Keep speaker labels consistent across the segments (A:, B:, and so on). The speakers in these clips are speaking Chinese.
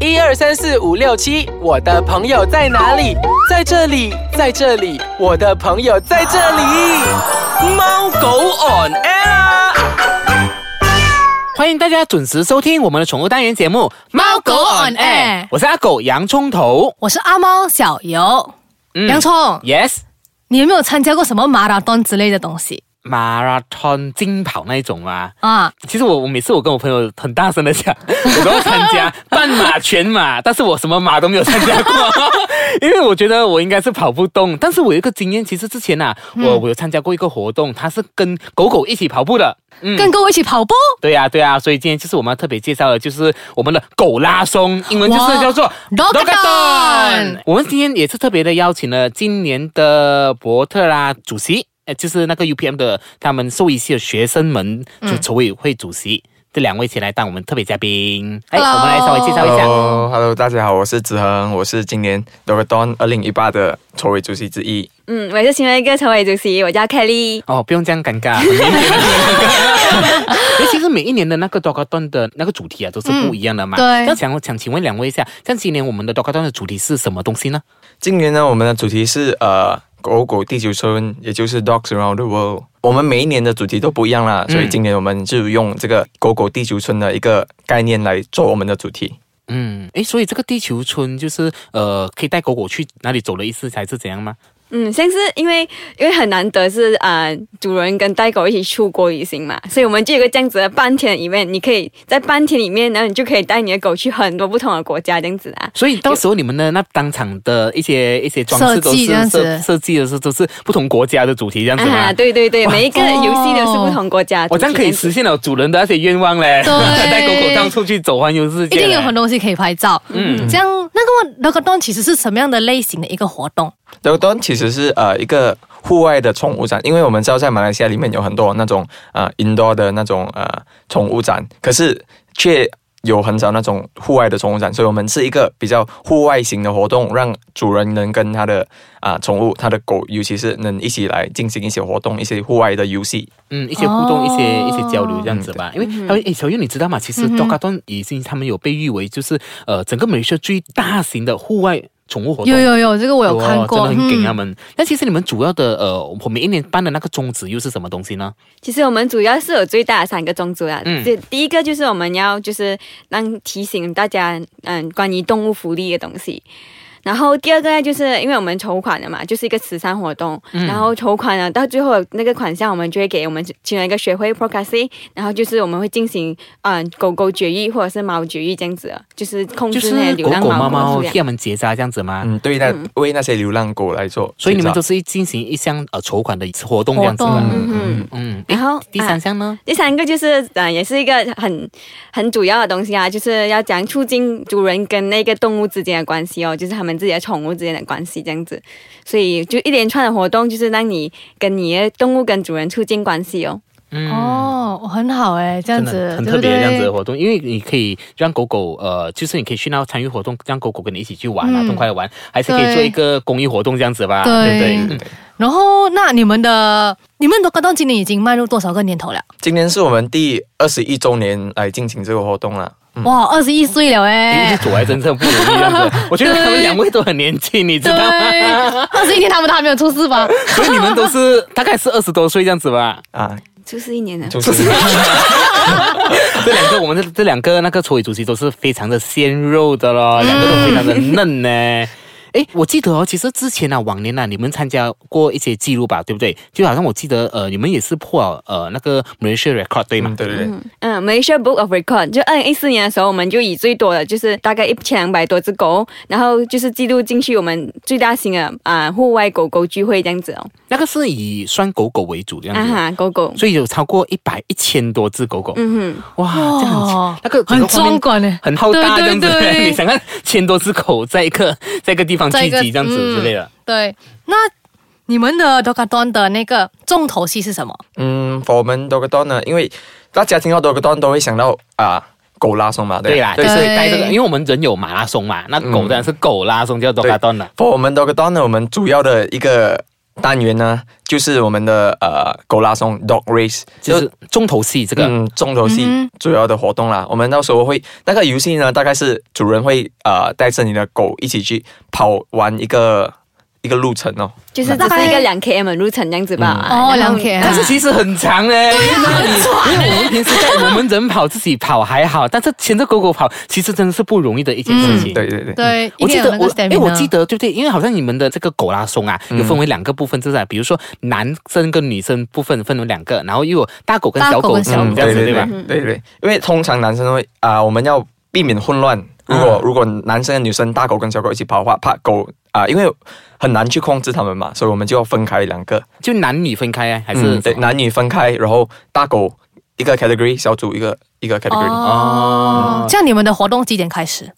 A: 一二三四五六七，我的朋友在哪里？在这里，在这里，我的朋友在这里。
B: 猫狗 on air 啊！
C: 欢迎大家准时收听我们的宠物单元节目《
D: 猫狗 on air
C: 我是阿狗洋葱头。
D: 我是阿猫小游。
C: 嗯
D: 洋葱，
C: ，yes，
D: 你有没有参加过什么马拉松之类的东西
C: 马拉松竞跑那一种啊。
D: 啊？
C: 其实我我每次我跟我朋友很大声的 讲，我都要参加半马、全马，但是我什么马都没有参加过， 因为我觉得我应该是跑不动。但是我有一个经验，其实之前呐、啊，我
D: 嗯
C: 我有参加过一个活动，它是跟狗狗一起跑步的。嗯
D: 跟各位一起跑步？
C: 对呀、对呀、所以今天就是我们要特别介绍的，就是我们的狗拉松，英文就是
D: 哇
C: 叫做
D: Dogathon
C: 我们今天也是特别的邀请了今年的伯特拉主席，呃，就是那个 UPM 的他们兽医系的学生们
D: 嗯
C: 主筹委会主席。这两位一起来当我们特别嘉宾，哎，
D: Hello
C: 我们来稍微介绍一下。
E: Hello，Hello，大家好，我是子恒，我是今年 d o r a d o n 二零一八的筹委主席之一。
F: 嗯，我是新的一个筹委主席，我叫 Kelly。
C: 哦，不用这样尴尬。很明显 哎其实每一年的那个 d o g a t o n 的那个主题啊，都是不一样的嘛。
D: 嗯对
C: 那想想请问两位一下，像今年我们的 d o g a t o n 的主题是什么东西呢？
E: 今年呢，我们的主题是呃狗狗地球村，也就是 Dogs Around the World。我们每一年的主题都不一样啦，所以今年我们就用这个狗狗地球村的一个概念来做我们的主题。
C: 嗯，诶，所以这个地球村就是呃，可以带狗狗去哪里走了一次才是怎样吗？
F: 嗯，先是因为因为很难得是啊、呃主人跟带狗一起出国旅行嘛，所以我们就有个这样子的半天里面，你可以在半天里面，然后你就可以带你的狗去很多不同的国家这样子啊。
C: 所以到时候你们的那当场的一些一些装饰都
D: 设计
C: 是
D: 这样子
C: 设设计的是都是不同国家的主题这样子吗？哦
F: 啊，对对对，每一个游戏都是不同国家的主题。
C: 我这样可以实现了主人的那些愿望嘞，
D: 对
C: 带狗狗到处去走环游世界
D: 一
C: 嘞，
D: 定有很多东西可以拍照。嗯，这样那个那个动其实是什么样的类型的一个活动？
E: d o r a d o n 其实是呃一个户外的宠物展，因为我们知道在马来西亚里面有很多那种呃 indoor 的那种呃宠物展，可是却有很少那种户外的宠物展，所以我们是一个比较户外型的活动，让主人能跟他的啊、宠物，他的狗，尤其是能一起来进行一些活动，一些户外的游戏。
C: 嗯，一些互动，
D: 哦嗯
C: 一些一些交流这样子吧。因为还有，诶，小月你知道吗？其实 d o g a t o n 已经他们有被誉为就是呃整个美国最大型的户外宠物活动。
D: 有有有，这个我有看
C: 真
D: 过，
C: 的很啊给他
D: 嗯。
C: 们。那、其实你们主要的呃，我们一年办的那个宗旨又是什么东西呢？
F: 其实我们主要是有最大的三个宗旨啊，
C: 嗯
F: 这、第一个就是我们要就是让提醒大家，嗯，关于动物福利的东西。然后第二个呢，就是因为我们筹款的嘛，就是一个慈善活动，
C: 嗯
F: 然后筹款呢，到最后那个款项，我们就会给我们其中一个学会 p r o c a s y 然后就是我们会进行嗯、呃狗狗绝育或者是猫绝育这样子的，就是控
C: 就是
F: 制那些流
C: 狗
F: 浪
C: 狗、
F: 猫
C: 猫
F: 狗
C: 猫
F: 数
C: 替
F: 量。
C: 他们结扎这样子吗？
E: 嗯，对那为那些流浪狗来做，
C: 所以你们都
E: 制
C: 是进行一项呃筹款的活动这样子
D: 活
C: 吗
D: 动？
E: 造嗯嗯
F: 嗯。
C: 嗯，诶
F: 然后呃
C: 第三项呢？
F: 第三个就是，呃，也是一个很很主要的东西啊，就是要讲促进主人跟那个动物之间的关系哦，就是他们自己的宠物之间的关系这样子。所以就一连串的活动，就是让你跟你的动物跟主人促进关系哦。
C: 嗯。
D: 哦，很好哎，这样
C: 真的
D: 子
C: 很
D: 对
C: 特
D: 不
C: 别
D: 对？
C: 这样子的活动，因为你可以让狗狗呃，就是你可以去到参与活动，让狗狗跟你一起去玩啊，
D: 嗯
C: 痛快的玩，还是可以
D: 对
C: 做一个公益活动这样子吧，
D: 对
C: 对不对？嗯
D: 然后，那你们的你们的高动今年已经迈入多少个年头了？
E: 今年是我们第二十一周年来进行这个活动了。
C: 嗯
D: 哇，二十一岁了
C: 因为
D: 哎。
C: 阻碍真正不容易这样子，我觉得他们两位都很年轻，你知
D: 对，
C: 道吗？
D: 二十一天他们都还没有出事吧？
C: 所以你们都是大概是二十多岁这样子吧？
E: 啊，
F: 就是一年 了，
E: 就是
C: 啊这两个我们这这两个那个筹委主席都是非常的鲜肉的
D: 嗯
C: 咯，两个都非常的嫩呢。诶，我记得哦，其实之前啊，往年啊，你们参加过一些记录吧，对不对？就好像我记得，呃，你们也是破了呃那个 Malaysia record 对吗？
E: 嗯，对对对。
F: 嗯，Malaysia Book of Record，就二零一四年的时候，我们就以最多的，就是大概一千两百多只狗，然后就是记录进去我们最大型的啊、户外狗狗聚会这样子哦，
C: 那个是以拴狗狗为主这样
F: 啊
C: 子，
D: 嗯
F: 哈，狗狗，
C: 所以有超过一百一千多只狗狗。
F: 嗯哼。
C: 哇，啊这样很那个整个
D: 哦很
C: 画面
D: 壮观哎，
C: 很浩大这
D: 对
C: 样子，
D: 对 对
C: 你想看千多只狗在一个在一个地方
D: 在
C: 聚
D: 一个嗯
C: 集这样子之类的。
D: 对，那你们的 d o g a d o n 的那个重头戏是什么？
E: 嗯，for 我们 d o g d o n 呢，因为大家听到 d o g d o n 都会想到啊、狗拉松嘛，对
C: 对
E: 吧
C: 啦，就
E: 对
C: 是
D: 所以
C: 带这个，
D: 对
C: 因为我们人有马拉松嘛，那狗当
E: 嗯
C: 然是狗拉松，叫 d o g a d o n 了。
E: ，for 我们 d o g d o n 呢，我们主要的一个单元呢，就是我们的呃狗拉松 dog race，
C: 就是重头戏这个。
E: 嗯，重头戏
D: 嗯哼
E: 主要的活动啦。我们到时候会那个游戏呢，大概是主人会呃带着你的狗一起去跑完一个一个路程哦。
F: 就是只是一个两 km 的路程这样子吧。
D: 嗯哦
F: 然后
D: 两 km
C: 但是其实很长哎、
E: 啊
C: 因为我们平时在我们人跑自己跑还好，但是牵着狗狗跑，其实真的是不容易的一件事情。
E: 嗯对对对，
D: 对，
C: 我
D: 一定
C: 记
D: 有
C: 得
D: 那个
C: 我哎，我
D: stamina
C: 记得对不对？因为好像你们的这个狗拉松
E: 嗯
C: 啊，有分为两个部分，就是啊比如说男生跟女生部分分为两个，然后又有大狗跟
D: 大
C: 小
D: 狗
C: 狗
D: 跟
C: 这
D: 小狗
C: 样
E: 嗯对
C: 子
E: 对
C: 对吧？嗯
E: 对对对，因为通常男生会啊、我们要避免混乱。
C: 啊
E: 如果、如果男生跟女生大狗跟小狗一起跑的话，怕狗啊、因为很难去控制它们嘛，所以我们就要分开两个，
C: 就男女分开啊，还是
E: 嗯，对，男女分开，然后大狗一个 category，小组一个一个 category。
C: 哦
D: 哦，这样你们的活动几点 开始？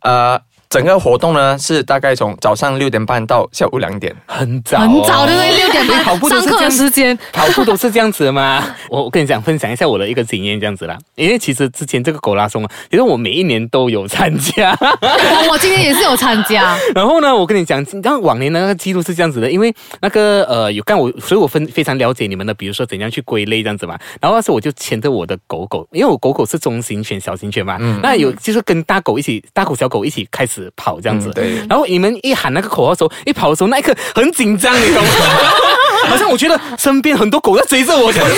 E: 呃，整个活动呢是大概从早上六点半到下午两点。
C: 很早
D: 很早，
C: 的
D: 对不 对？六点半
C: 跑步都
D: 上
C: 是
D: 课
C: 这
D: 的
C: 样
D: 时间，
C: 跑步都是这样子的嘛。我我跟你讲，分享一下我的一个经验，这样子啦。因为其实之前这个狗拉松啊，其实我每一年都有参加。
D: 哦我我今天也是有参 加，
C: 然后呢，我跟你讲，你知道往年的那个记录是这样子的，因为那个呃有干我，所以我分非常了解你们的，比如说怎样去归类这样子嘛。然后那时候我就牵着我的狗狗，因为我狗狗是中型犬、小型犬嘛，
E: 嗯
C: 那有就是跟大狗一起，大狗小狗一起开始跑这样子。
E: 嗯对
C: 然后你们一喊那个口号的时候，一跑的时候，那一刻很紧张，你 懂吗？好像我觉得身边很多狗在追着我这样子，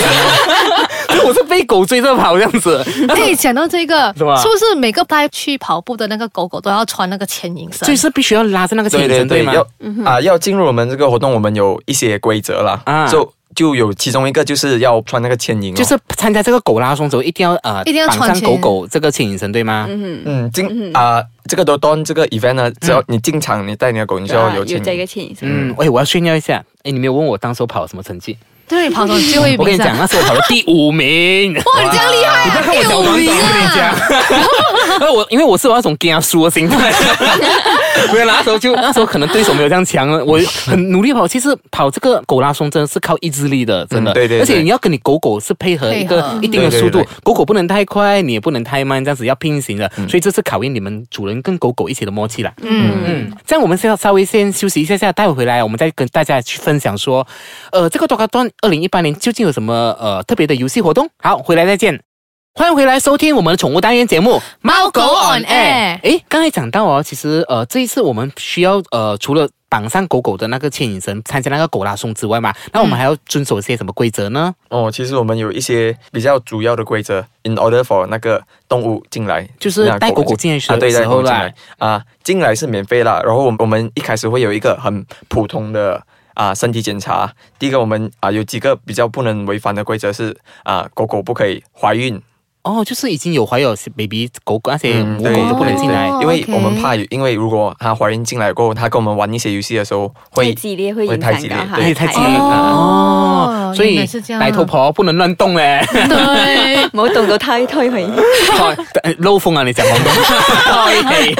C: 所以我是被狗追着跑这样子。
D: 哎，讲到这个，
C: 是吧
D: 是不是每个带去跑步的那个狗狗都要穿那个牵引绳
C: 所以？是必须要拉着那个牵
E: 对
C: 引
E: 对
C: 绳，
E: 对，
C: 吗？嗯
E: 要啊、要进入我们这个活动，我们有一些规则啦，
C: 啊
E: 就就有其中一个就是要穿那个牵引、哦，
C: 就是参加这个狗拉松的时候，一定要呃，
D: 一定要
C: 绑
D: 穿
C: 上
D: 起
C: 狗狗这个牵引绳，对吗？
E: 嗯进啊、这个 d o 这个 event 呢，只要你进场，你带你的狗，你就要有
F: 啊有
E: 牵
F: 这
E: 引。
F: 个牵引绳。
C: 嗯，哎，我要炫耀一下，哎，你没有问我当时候跑了什么成绩，
D: 对，跑走就会
C: 我跟
D: 比
C: 你
D: 赛
C: 讲，。啊那时候我跑了第五名。
D: 哇，你这样 厉害啊！你不要看我
C: 讲王总我跟你讲， 呃，我因为我是有那种跟他输的心态， 没有啦那时候就那时候可能对手没有这样强了，我很努力跑。其实跑这个狗拉松真的是靠意志力的，真的。
E: 嗯对对对
C: 而且你要跟你狗狗是配合一
D: 配
C: 个
D: 合
C: 一定的速度，
E: 对对对嗯
C: 狗狗不能太快，你也不能太慢，这样子要平行的。所以这是考验你们主人跟狗狗一起的默契啦。
D: 嗯，
C: 嗯，这样我们是要稍微先休息一下下，待会回来我们再跟大家去分享说，呃，这个多卡段二零一八年究竟有什么呃特别的游戏活动？好，回来再见。欢迎回来收听我们的宠物单元节目《
D: 猫狗 on air
C: 诶，刚才讲到哦，其实呃，这一次我们需要呃，除了绑上狗狗的那个牵引绳，参加那个狗拉松之外嘛，那我们还要遵守一些什么规则
D: 嗯
C: 呢？
E: 哦，其实我们有一些比较主要的规则，in order for 那个动物进来，
C: 就是
E: 那
C: 带狗狗进来时
E: 啊，对，带狗
C: 时候
E: 狗进
C: 啦
E: 来啊，进来是免费啦。然后我们我们一开始会有一个很普通的啊身体检查。第一个，我们啊有几个比较不能违反的规则是啊，狗狗不可以怀孕，
C: 哦，就是已经有怀有 baby 狗狗那些
E: 嗯
C: 母
E: 对
C: 狗就不能进来。
D: 哦
E: 因为
D: OK
E: 我们怕有，因为如果它怀孕进来过后，它跟我们玩一些游戏的时候
F: 太
E: 会
F: 激烈会
E: 会
F: 影
E: 太
F: 响
E: 激
F: 到
E: 烈，
F: 它。
E: 对，
C: 太激烈
D: 哦
C: 哦，所
D: 原
C: 以
D: 来是这样
C: 奶头婆不能乱动嘞。
D: 对，
F: 冇動到胎推佢。
C: 呃漏风啊！你讲广东。OK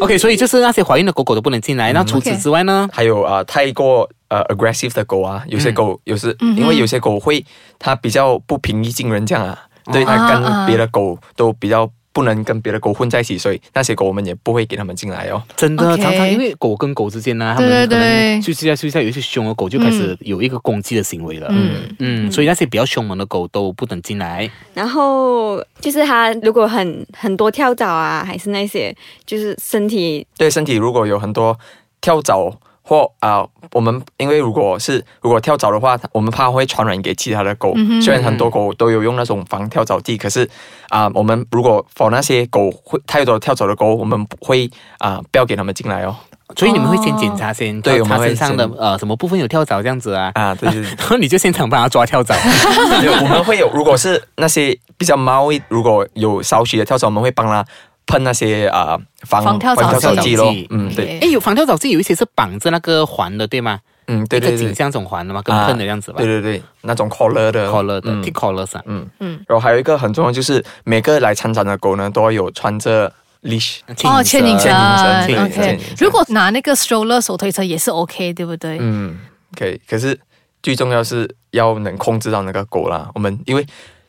C: OK，所以就是那些怀孕的狗狗都不能进来。那除此
D: 嗯 OK
C: 之外呢？
E: 还有啊、呃太过呃 aggressive 的狗啊，有些狗、有时因为有些狗会它比较不平易近人这样啊，对它
D: 啊
E: 跟别的狗都比较不能跟别的狗混在一起，所以那些狗我们也不会给它们进来哦。
C: 真的
D: OK
C: 常常因为狗跟狗之间呢，它
D: 对
C: 们可
D: 对
C: 能睡
D: 对
C: 觉睡觉，有一些凶的狗就开始有一个攻击的行为了。
D: 嗯
C: 嗯，所以那些比较凶猛的狗都不能进来。
F: 然后就是它如果很很多跳蚤啊，还是那些就是身体
E: 对身体如果有很多跳蚤或啊、我们因为如果是如果跳蚤的话，我们怕会传染给其他的狗。虽然很多狗都有用那种防跳蚤剂，可是啊、我们如果 for 那些狗会太多跳蚤的狗，我们不会啊、不要给它们进来哦。
C: 所以你们会先检查
D: 哦
C: 先，
E: 对我们
C: 它身
E: 会
C: 上的
E: 先
C: 呃什么部分有跳蚤这样子啊。
E: 啊，对对对。
C: 然后你就现场帮它抓跳 蚤，
E: 对，我们会有，如果是那些比较猫，如果有少许的跳蚤，我们会帮它喷那些啊、呃防
D: 防跳蚤
E: 剂咯
C: 剂。
E: 嗯，对，
C: 哎，有防跳蚤是有一些是绑着那个环的，对吗？
E: 嗯，对
C: 一
E: 对
C: 个
E: 对
C: 颈，像这种环的嘛，跟喷的样子吧
E: 对。对对，那种 collar 的
C: collar 的
E: 嗯
C: t i collar 噻。
E: 嗯
D: 嗯
E: 嗯。然后还有一个很重要，就是每个来参展的狗呢，都有穿着 leash。
D: 哦，牵引绳
E: 牵引绳牵
D: ，OK
E: 引绳。
D: 如果拿那个 stroller 手推车也是 OK，对不对？
E: 嗯，可以。可是最重要是要能控制到那个狗啦。我们因为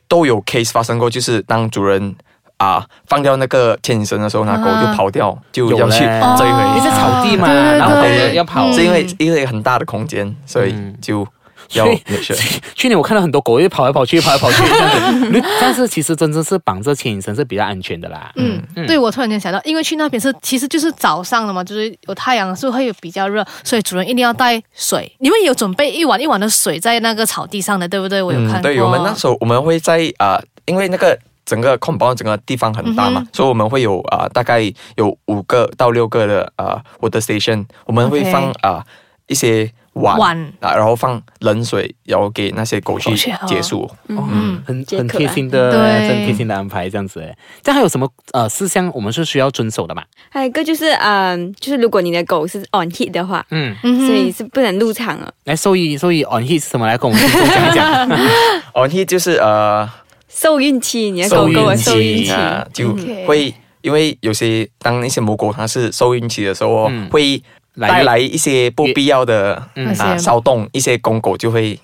E: 都有 case 发生过，就是当主人啊放掉那个牵引绳的时候，那狗
D: 啊
E: 就跑掉，就
C: 有
E: 要
C: 嘞
E: 去追
D: 哦
C: 你
E: 回啊
C: 在。草地嘛，
D: 对对
C: 然后
D: 对
C: 等着要跑。
E: 是因
D: 嗯
E: 为因为很大的空间，所以
C: 嗯
E: 就要
C: 所以
E: make sure
C: 去年我看到很多狗，又跑来跑去，跑来跑去这样 子。但是其实真正是绑着牵引绳是比较安全的啦。
D: 嗯，对我突然间想到，因为去那边是其实就是早上的嘛，就是有太阳，是会有比较热，所以主人一定要带水。你们有准备一碗一碗的水在那个草地上的，对不对？我有看过。
E: 嗯对，我们那时候我们会在啊、呃因为那个整个 compound 整个地方很大嘛，
D: 嗯哼
E: 所以我们会有啊、呃大概有五个到六个的啊、呃、water station，我们会
F: OK
E: 放啊、呃一些碗
D: 碗
E: 啊，然后放冷水，然后给那些狗去
D: 狗去喝
E: 结束。
D: 嗯，
C: 很
F: 解渴
C: 很
F: 啊
C: 贴心的，
D: 对
C: 很贴心的安排这样子。哎这样还有什么呃事项我们是需要遵守的嘛？
F: 还有一个就是，嗯，就是如果你的狗是 on hit 的话，
C: 嗯，
D: 嗯哼
F: 所以是不能入场啊了。
C: 来，兽医兽医 on hit 是什么来跟我们听众讲一讲？
E: 哦，那就是呃
F: 受孕期，你的狗狗的受孕期，嗯
E: 啊，就
D: OK
E: 会。因为有些当那些母狗它是受孕期的时候哦，
C: 嗯
E: 会带来一些不必要的、
D: 那些
E: 啊骚动，一些公狗就会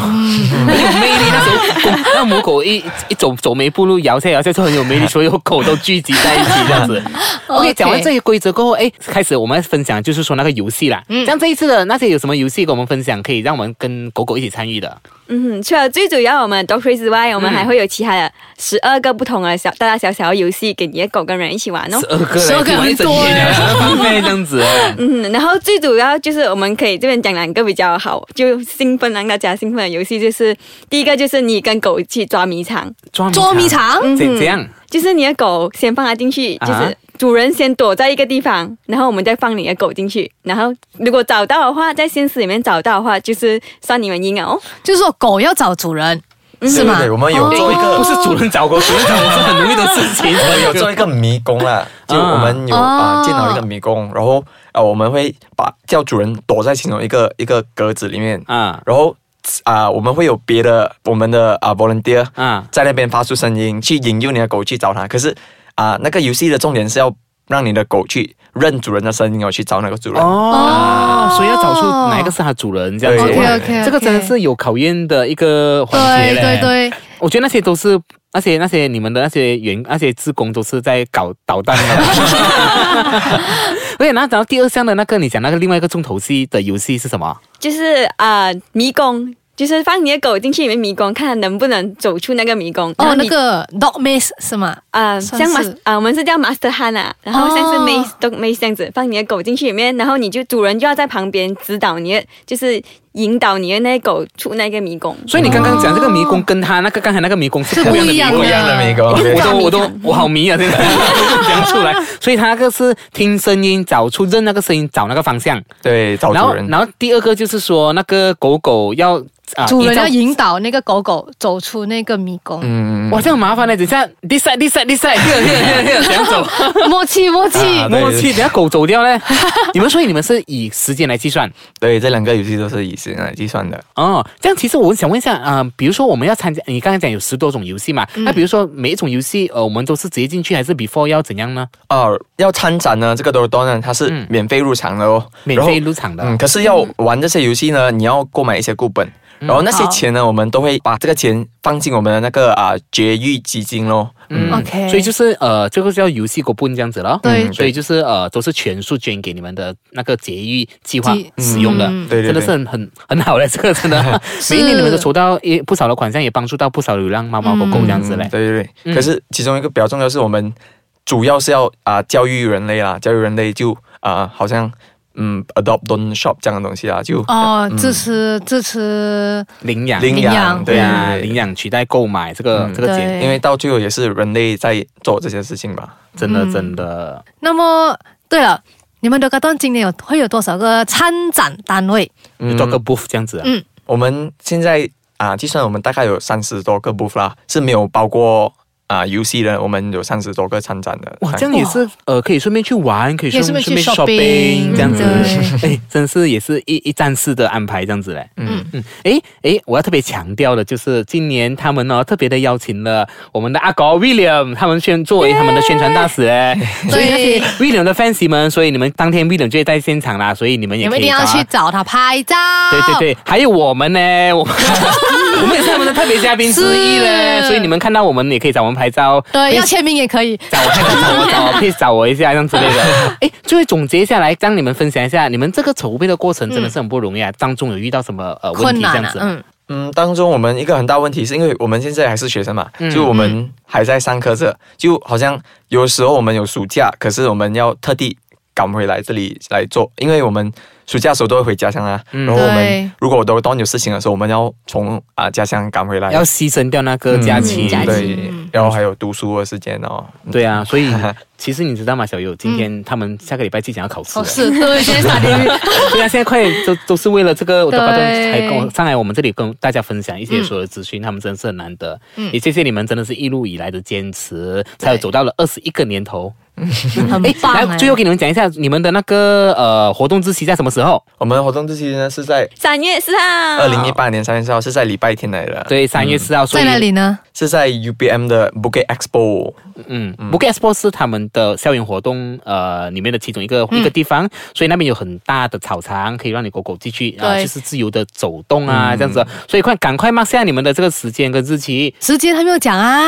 C: 很有魅力。那时候公那母狗一一走走没步路，摇下摇下就很有魅力，所有狗都聚集在一起这样子。OK，讲完这些规则过后，哎，开始我们分享就是说那个游戏啦。
D: 嗯
C: 像这一次的那些有什么游戏跟我们分享，可以让我们跟狗狗一起参与的？
F: 嗯，除了最主要我们的 dog race 之外，我
E: 嗯
F: 们还会有其他的十二个不同的小大大小小的游戏给你的狗跟人一起玩哦
C: 十。二个人，
D: 十二个人
C: 一整天啊，浪费这样子。
F: 嗯，然后最主要就是我们可以这边讲两个比较好，就兴奋让大家兴奋的游戏，就是第一个就是你跟狗去抓迷藏，
C: 捉
D: 捉迷，藏，
F: 嗯
C: 怎怎样？
F: 就是你的狗先放它进去，
C: 啊
F: 就是主人先躲在一个地方，然后我们再放你的狗进去，然后如果找到的话，在现实里面找到的话，就是算你们赢了哦。
D: 就是说狗要找主人，是吗？哦
E: 对对对我们有做一个
C: 不是主人找狗，主人找狗是很容易的事情。
E: 我们有做一个迷 宫啦，就我们有啊、
D: 哦
E: 建好一个迷宫，然后啊、我们会把叫主人躲在其中一个一个格子里面，
C: 啊
E: 然后啊、我们会有别的我们的啊、volunteer
C: 啊，
E: 在那边发出声音去引诱你的狗去找它，可是啊、那个游戏的重点是要让你的狗去认主人的声音哦，去找那个主人。
C: 哦，所以要找出哪一个是它主人这样子。
E: 对
D: OK，OK，OK
C: 这个真的是有考验的一个环节
D: 对
C: 嘞。
D: 对对，
C: 我觉得那些都是那些那些你们的那些员那些职工都是在搞捣蛋的。 而且那然后第二项的那个你讲那个另外一个重头戏的游戏是什么？
F: 就是啊、呃迷宫，就是放你的狗进去里面迷宫，看它能不能走出那个迷宫。然
D: 哦
F: 后，你
D: 那个 dog miss 是吗？
F: 呃，
D: 算
F: 像
D: 是
F: mas 啊、我们是叫 master hand 啊，然后像是
D: 哦
F: maze dog maze 这样子，放你的狗进去里面，然后你就主人就要在旁边指导你的，就是引导你的那狗出那个迷宫。
C: 所以你刚刚讲这个迷宫跟他那个刚才那个迷宫是不一样的迷宫。
D: 是
E: 不一样的迷
D: 哦
E: 宫，对
C: 我都我都我好迷啊！ 现在讲出来，所以他那个是听声音找出认那个声音找那个方向，
E: 对，找
C: 然
E: 主
C: 后
E: 人。
C: 然后第二个就是说那个狗狗要啊
D: 主人
C: 依照
D: 要引导那个狗狗走出那个迷宫，
E: 嗯，
C: 哇这样麻烦嘞，等一下 this side this side this side here here here here 怎样走？
D: 默契默契。
E: 啊对
C: 默契，等一下狗走掉嘞。 你们所以你们是以时间来计算
E: 对，这两个游戏都是以时间来计算的。
C: 哦。这样其实我想问一下，啊，比如说我们要参加，你刚才讲有十多种游戏嘛，
D: 嗯
C: 那比如说每一种游戏，呃，我们都是直接进去，还是 before 要怎样呢？
E: 哦、要参展呢，这个都当然它是
C: 嗯
E: 免费入场的哦，
C: 免
E: 然后
C: 费入场的。
E: 嗯，可是要玩这些游戏呢，你要购买一些固本，
C: 嗯
E: 然后那些钱呢，我们都会把这个钱放进我们的那个啊、绝育基金咯。嗯，
D: OK，
C: 所以就是呃，这个叫游戏狗不这样子咯。
D: 对
C: 所以就是呃，都是全数捐给你们的那个节育计划
D: 计
C: 使用的，
D: 嗯
E: 对对对
C: 真的是很很很好嘞，这个真 的，每一年你们都筹到一不少的款项，也帮助到不少流浪猫猫狗狗这样子嘞
E: 嗯。对对对。
C: 嗯
E: 可是其中一个比较重要的是，我们主要是要啊、教育人类啦，教育人类就啊、好像嗯 adopt don't shop 这样的东西啦，就
D: 哦，支持支持，
C: 领养。
E: 领
D: 领
E: 养
D: 养
E: 对
C: 对啊，
E: 对
C: 领养取代购买这个、
E: 嗯
C: 这个节
D: 对
E: 因为到最后也是人类在做这些事情吧。
C: 真的
D: 嗯
C: 真的，
D: 那么对了，你们的高端今年有会有多少个参展单位？
E: 嗯
C: 就做个 booth 这样子啊。
D: 嗯
E: 我们现在啊，计算我们大概有三十多个 booth 啦，是没有包括啊游戏的，我们有三十多个参展的。
C: 哇，这样也是呃，可以顺便去玩，可以顺
D: 可以
C: 顺便
D: 顺便去 shopping，
C: shopping 这样子，
D: 对
C: 哎，真是也是一一站式的安排这样子嘞。
E: 嗯
C: 嗯，哎哎，我要特别强调的就是，今年他们呢、哦特别的邀请了我们的阿狗 William，他们宣作为他们的宣传大使嘞，所以那些 William 的 fans 们，所以你们当天 William 就会在现场啦，所以你们
D: 你
C: 也可
D: 们一
C: 以
D: 定要
C: 找
D: 去
C: 他
D: 找他拍照。
C: 对对对，还有 我们呢，我们我们也是他们的特别嘉宾之一嘞，
D: 是
C: 所以你们看到我们也可以找我们拍照，
D: 对，
C: please
D: 要签名也可以。
C: 找我拍照，找我 找我，可以找我一下这样之类的。哎，最后总结下来，让你们分享一下，你们这个筹备的过程真的是很不容易啊，当中有遇到什么呃问
D: 嗯困
C: 题这
D: 难
C: 样
D: 啊
C: 子？，
D: 嗯，
E: 嗯，当中我们一个很大问题是因为我们现在还是学生嘛，
C: 嗯
E: 就我们还在上课这，就好像有时候我们有暑假，可是我们要特地赶回来这里来做，因为我们暑假的时候都会回家乡啊。
C: 嗯
E: 然后我
D: 对
E: 们如果都当有事情的时候，我们要从啊、家乡赶回来，
C: 要牺牲掉那个假期。
F: 嗯假期
E: 对，然后还有读书的时间哦。
C: 对啊，所 以其实你知道吗，小友，今天他们下个礼拜即将要考试
D: 考
C: 了。
D: 试哦对，现在打点
C: 对啊，现在快点都都是为了这个，我都观众
D: 对
C: 才跟我上来我们这里跟大家分享一些所有的资讯，他们真的是很难得，
D: 嗯
C: 也谢谢你们真的是一路以来的坚持，才有走到了二十一个年头。
D: 很 棒
C: 来
D: 哎。，
C: 最后给你们讲一下你们的那个呃活动日期在什么时候？
E: 我们的活动日期呢是在
F: 三月四号，
E: 二零一八年三月四号，是在礼拜天来的，，
C: 对，三月四号，所以
D: 嗯在哪里呢？
E: 是在 UBM 的 Bukit Expo。
C: 嗯 b o o k Expo 是他们的校园活动呃里面的其中一个、
D: 嗯
C: 一个地方，所以那边有很大的草场，可以让你狗狗继续啊、
D: 对嗯
C: 就是自由的走动啊、这样子，所以快赶快 mark 下你们的这个时间跟日期。
D: 时间还没有讲啊，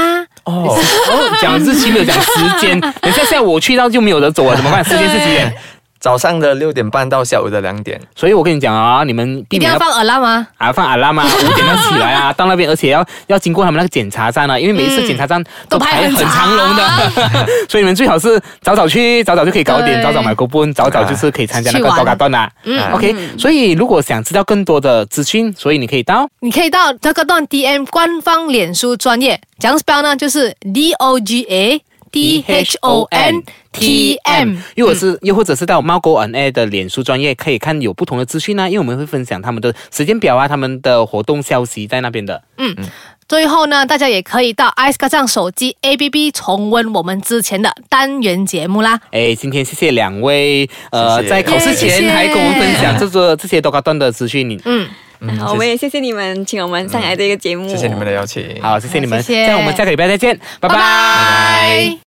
E: 哦，
C: 哦，讲日期没有讲时间，等一下下午我去到就没有得走了，啊怎么办？时间是几点？
E: 早上的六点半到下午的两点。
C: 所以我跟你讲啊，你们避
D: 一定
C: 免
D: 要放 alarm 啊。
C: 啊，放 alarm 啊，五点要起来 啊，到那边，而且要要经过他们那个检查站啊，因为每一次检查站
D: 嗯都排
C: 很
D: 很
C: 长
D: 长
C: 龙 的，所以你们最好是早早去，早早就可以搞点，
D: 对
C: 早早买 coupon，早早就是可以参加那个
D: 去玩
C: 高嘎段啦。
E: 嗯
C: OK，所以如果想知道更多的资讯，所以你可以到
D: 你可以到这个段 DM 官方脸书专业，讲 spell 呢就是 D O G A D E H O N T M，
C: 又或是又或者是到猫狗 on air 的脸书专业，可以看有不同的资讯啊，因为我们会分享他们的时间表啊，他们的活动消息在那边的。
D: 最后呢，大家也可以到 i c e 上手机 APP 重温我们之前的单元节目啦。
C: 哎，今天谢谢两位，呃，
E: 谢谢
C: 在考试
D: 耶谢
C: 前
D: 谢
C: 还跟我们分享这个这些多高段的资讯。
D: 嗯，
F: 然后我们也谢谢你们请我们上来这个节目，
E: 谢谢你们的邀请。
C: 好，谢谢你们，
D: 谢谢
C: 这样我们下个礼拜再见，拜拜。
D: 拜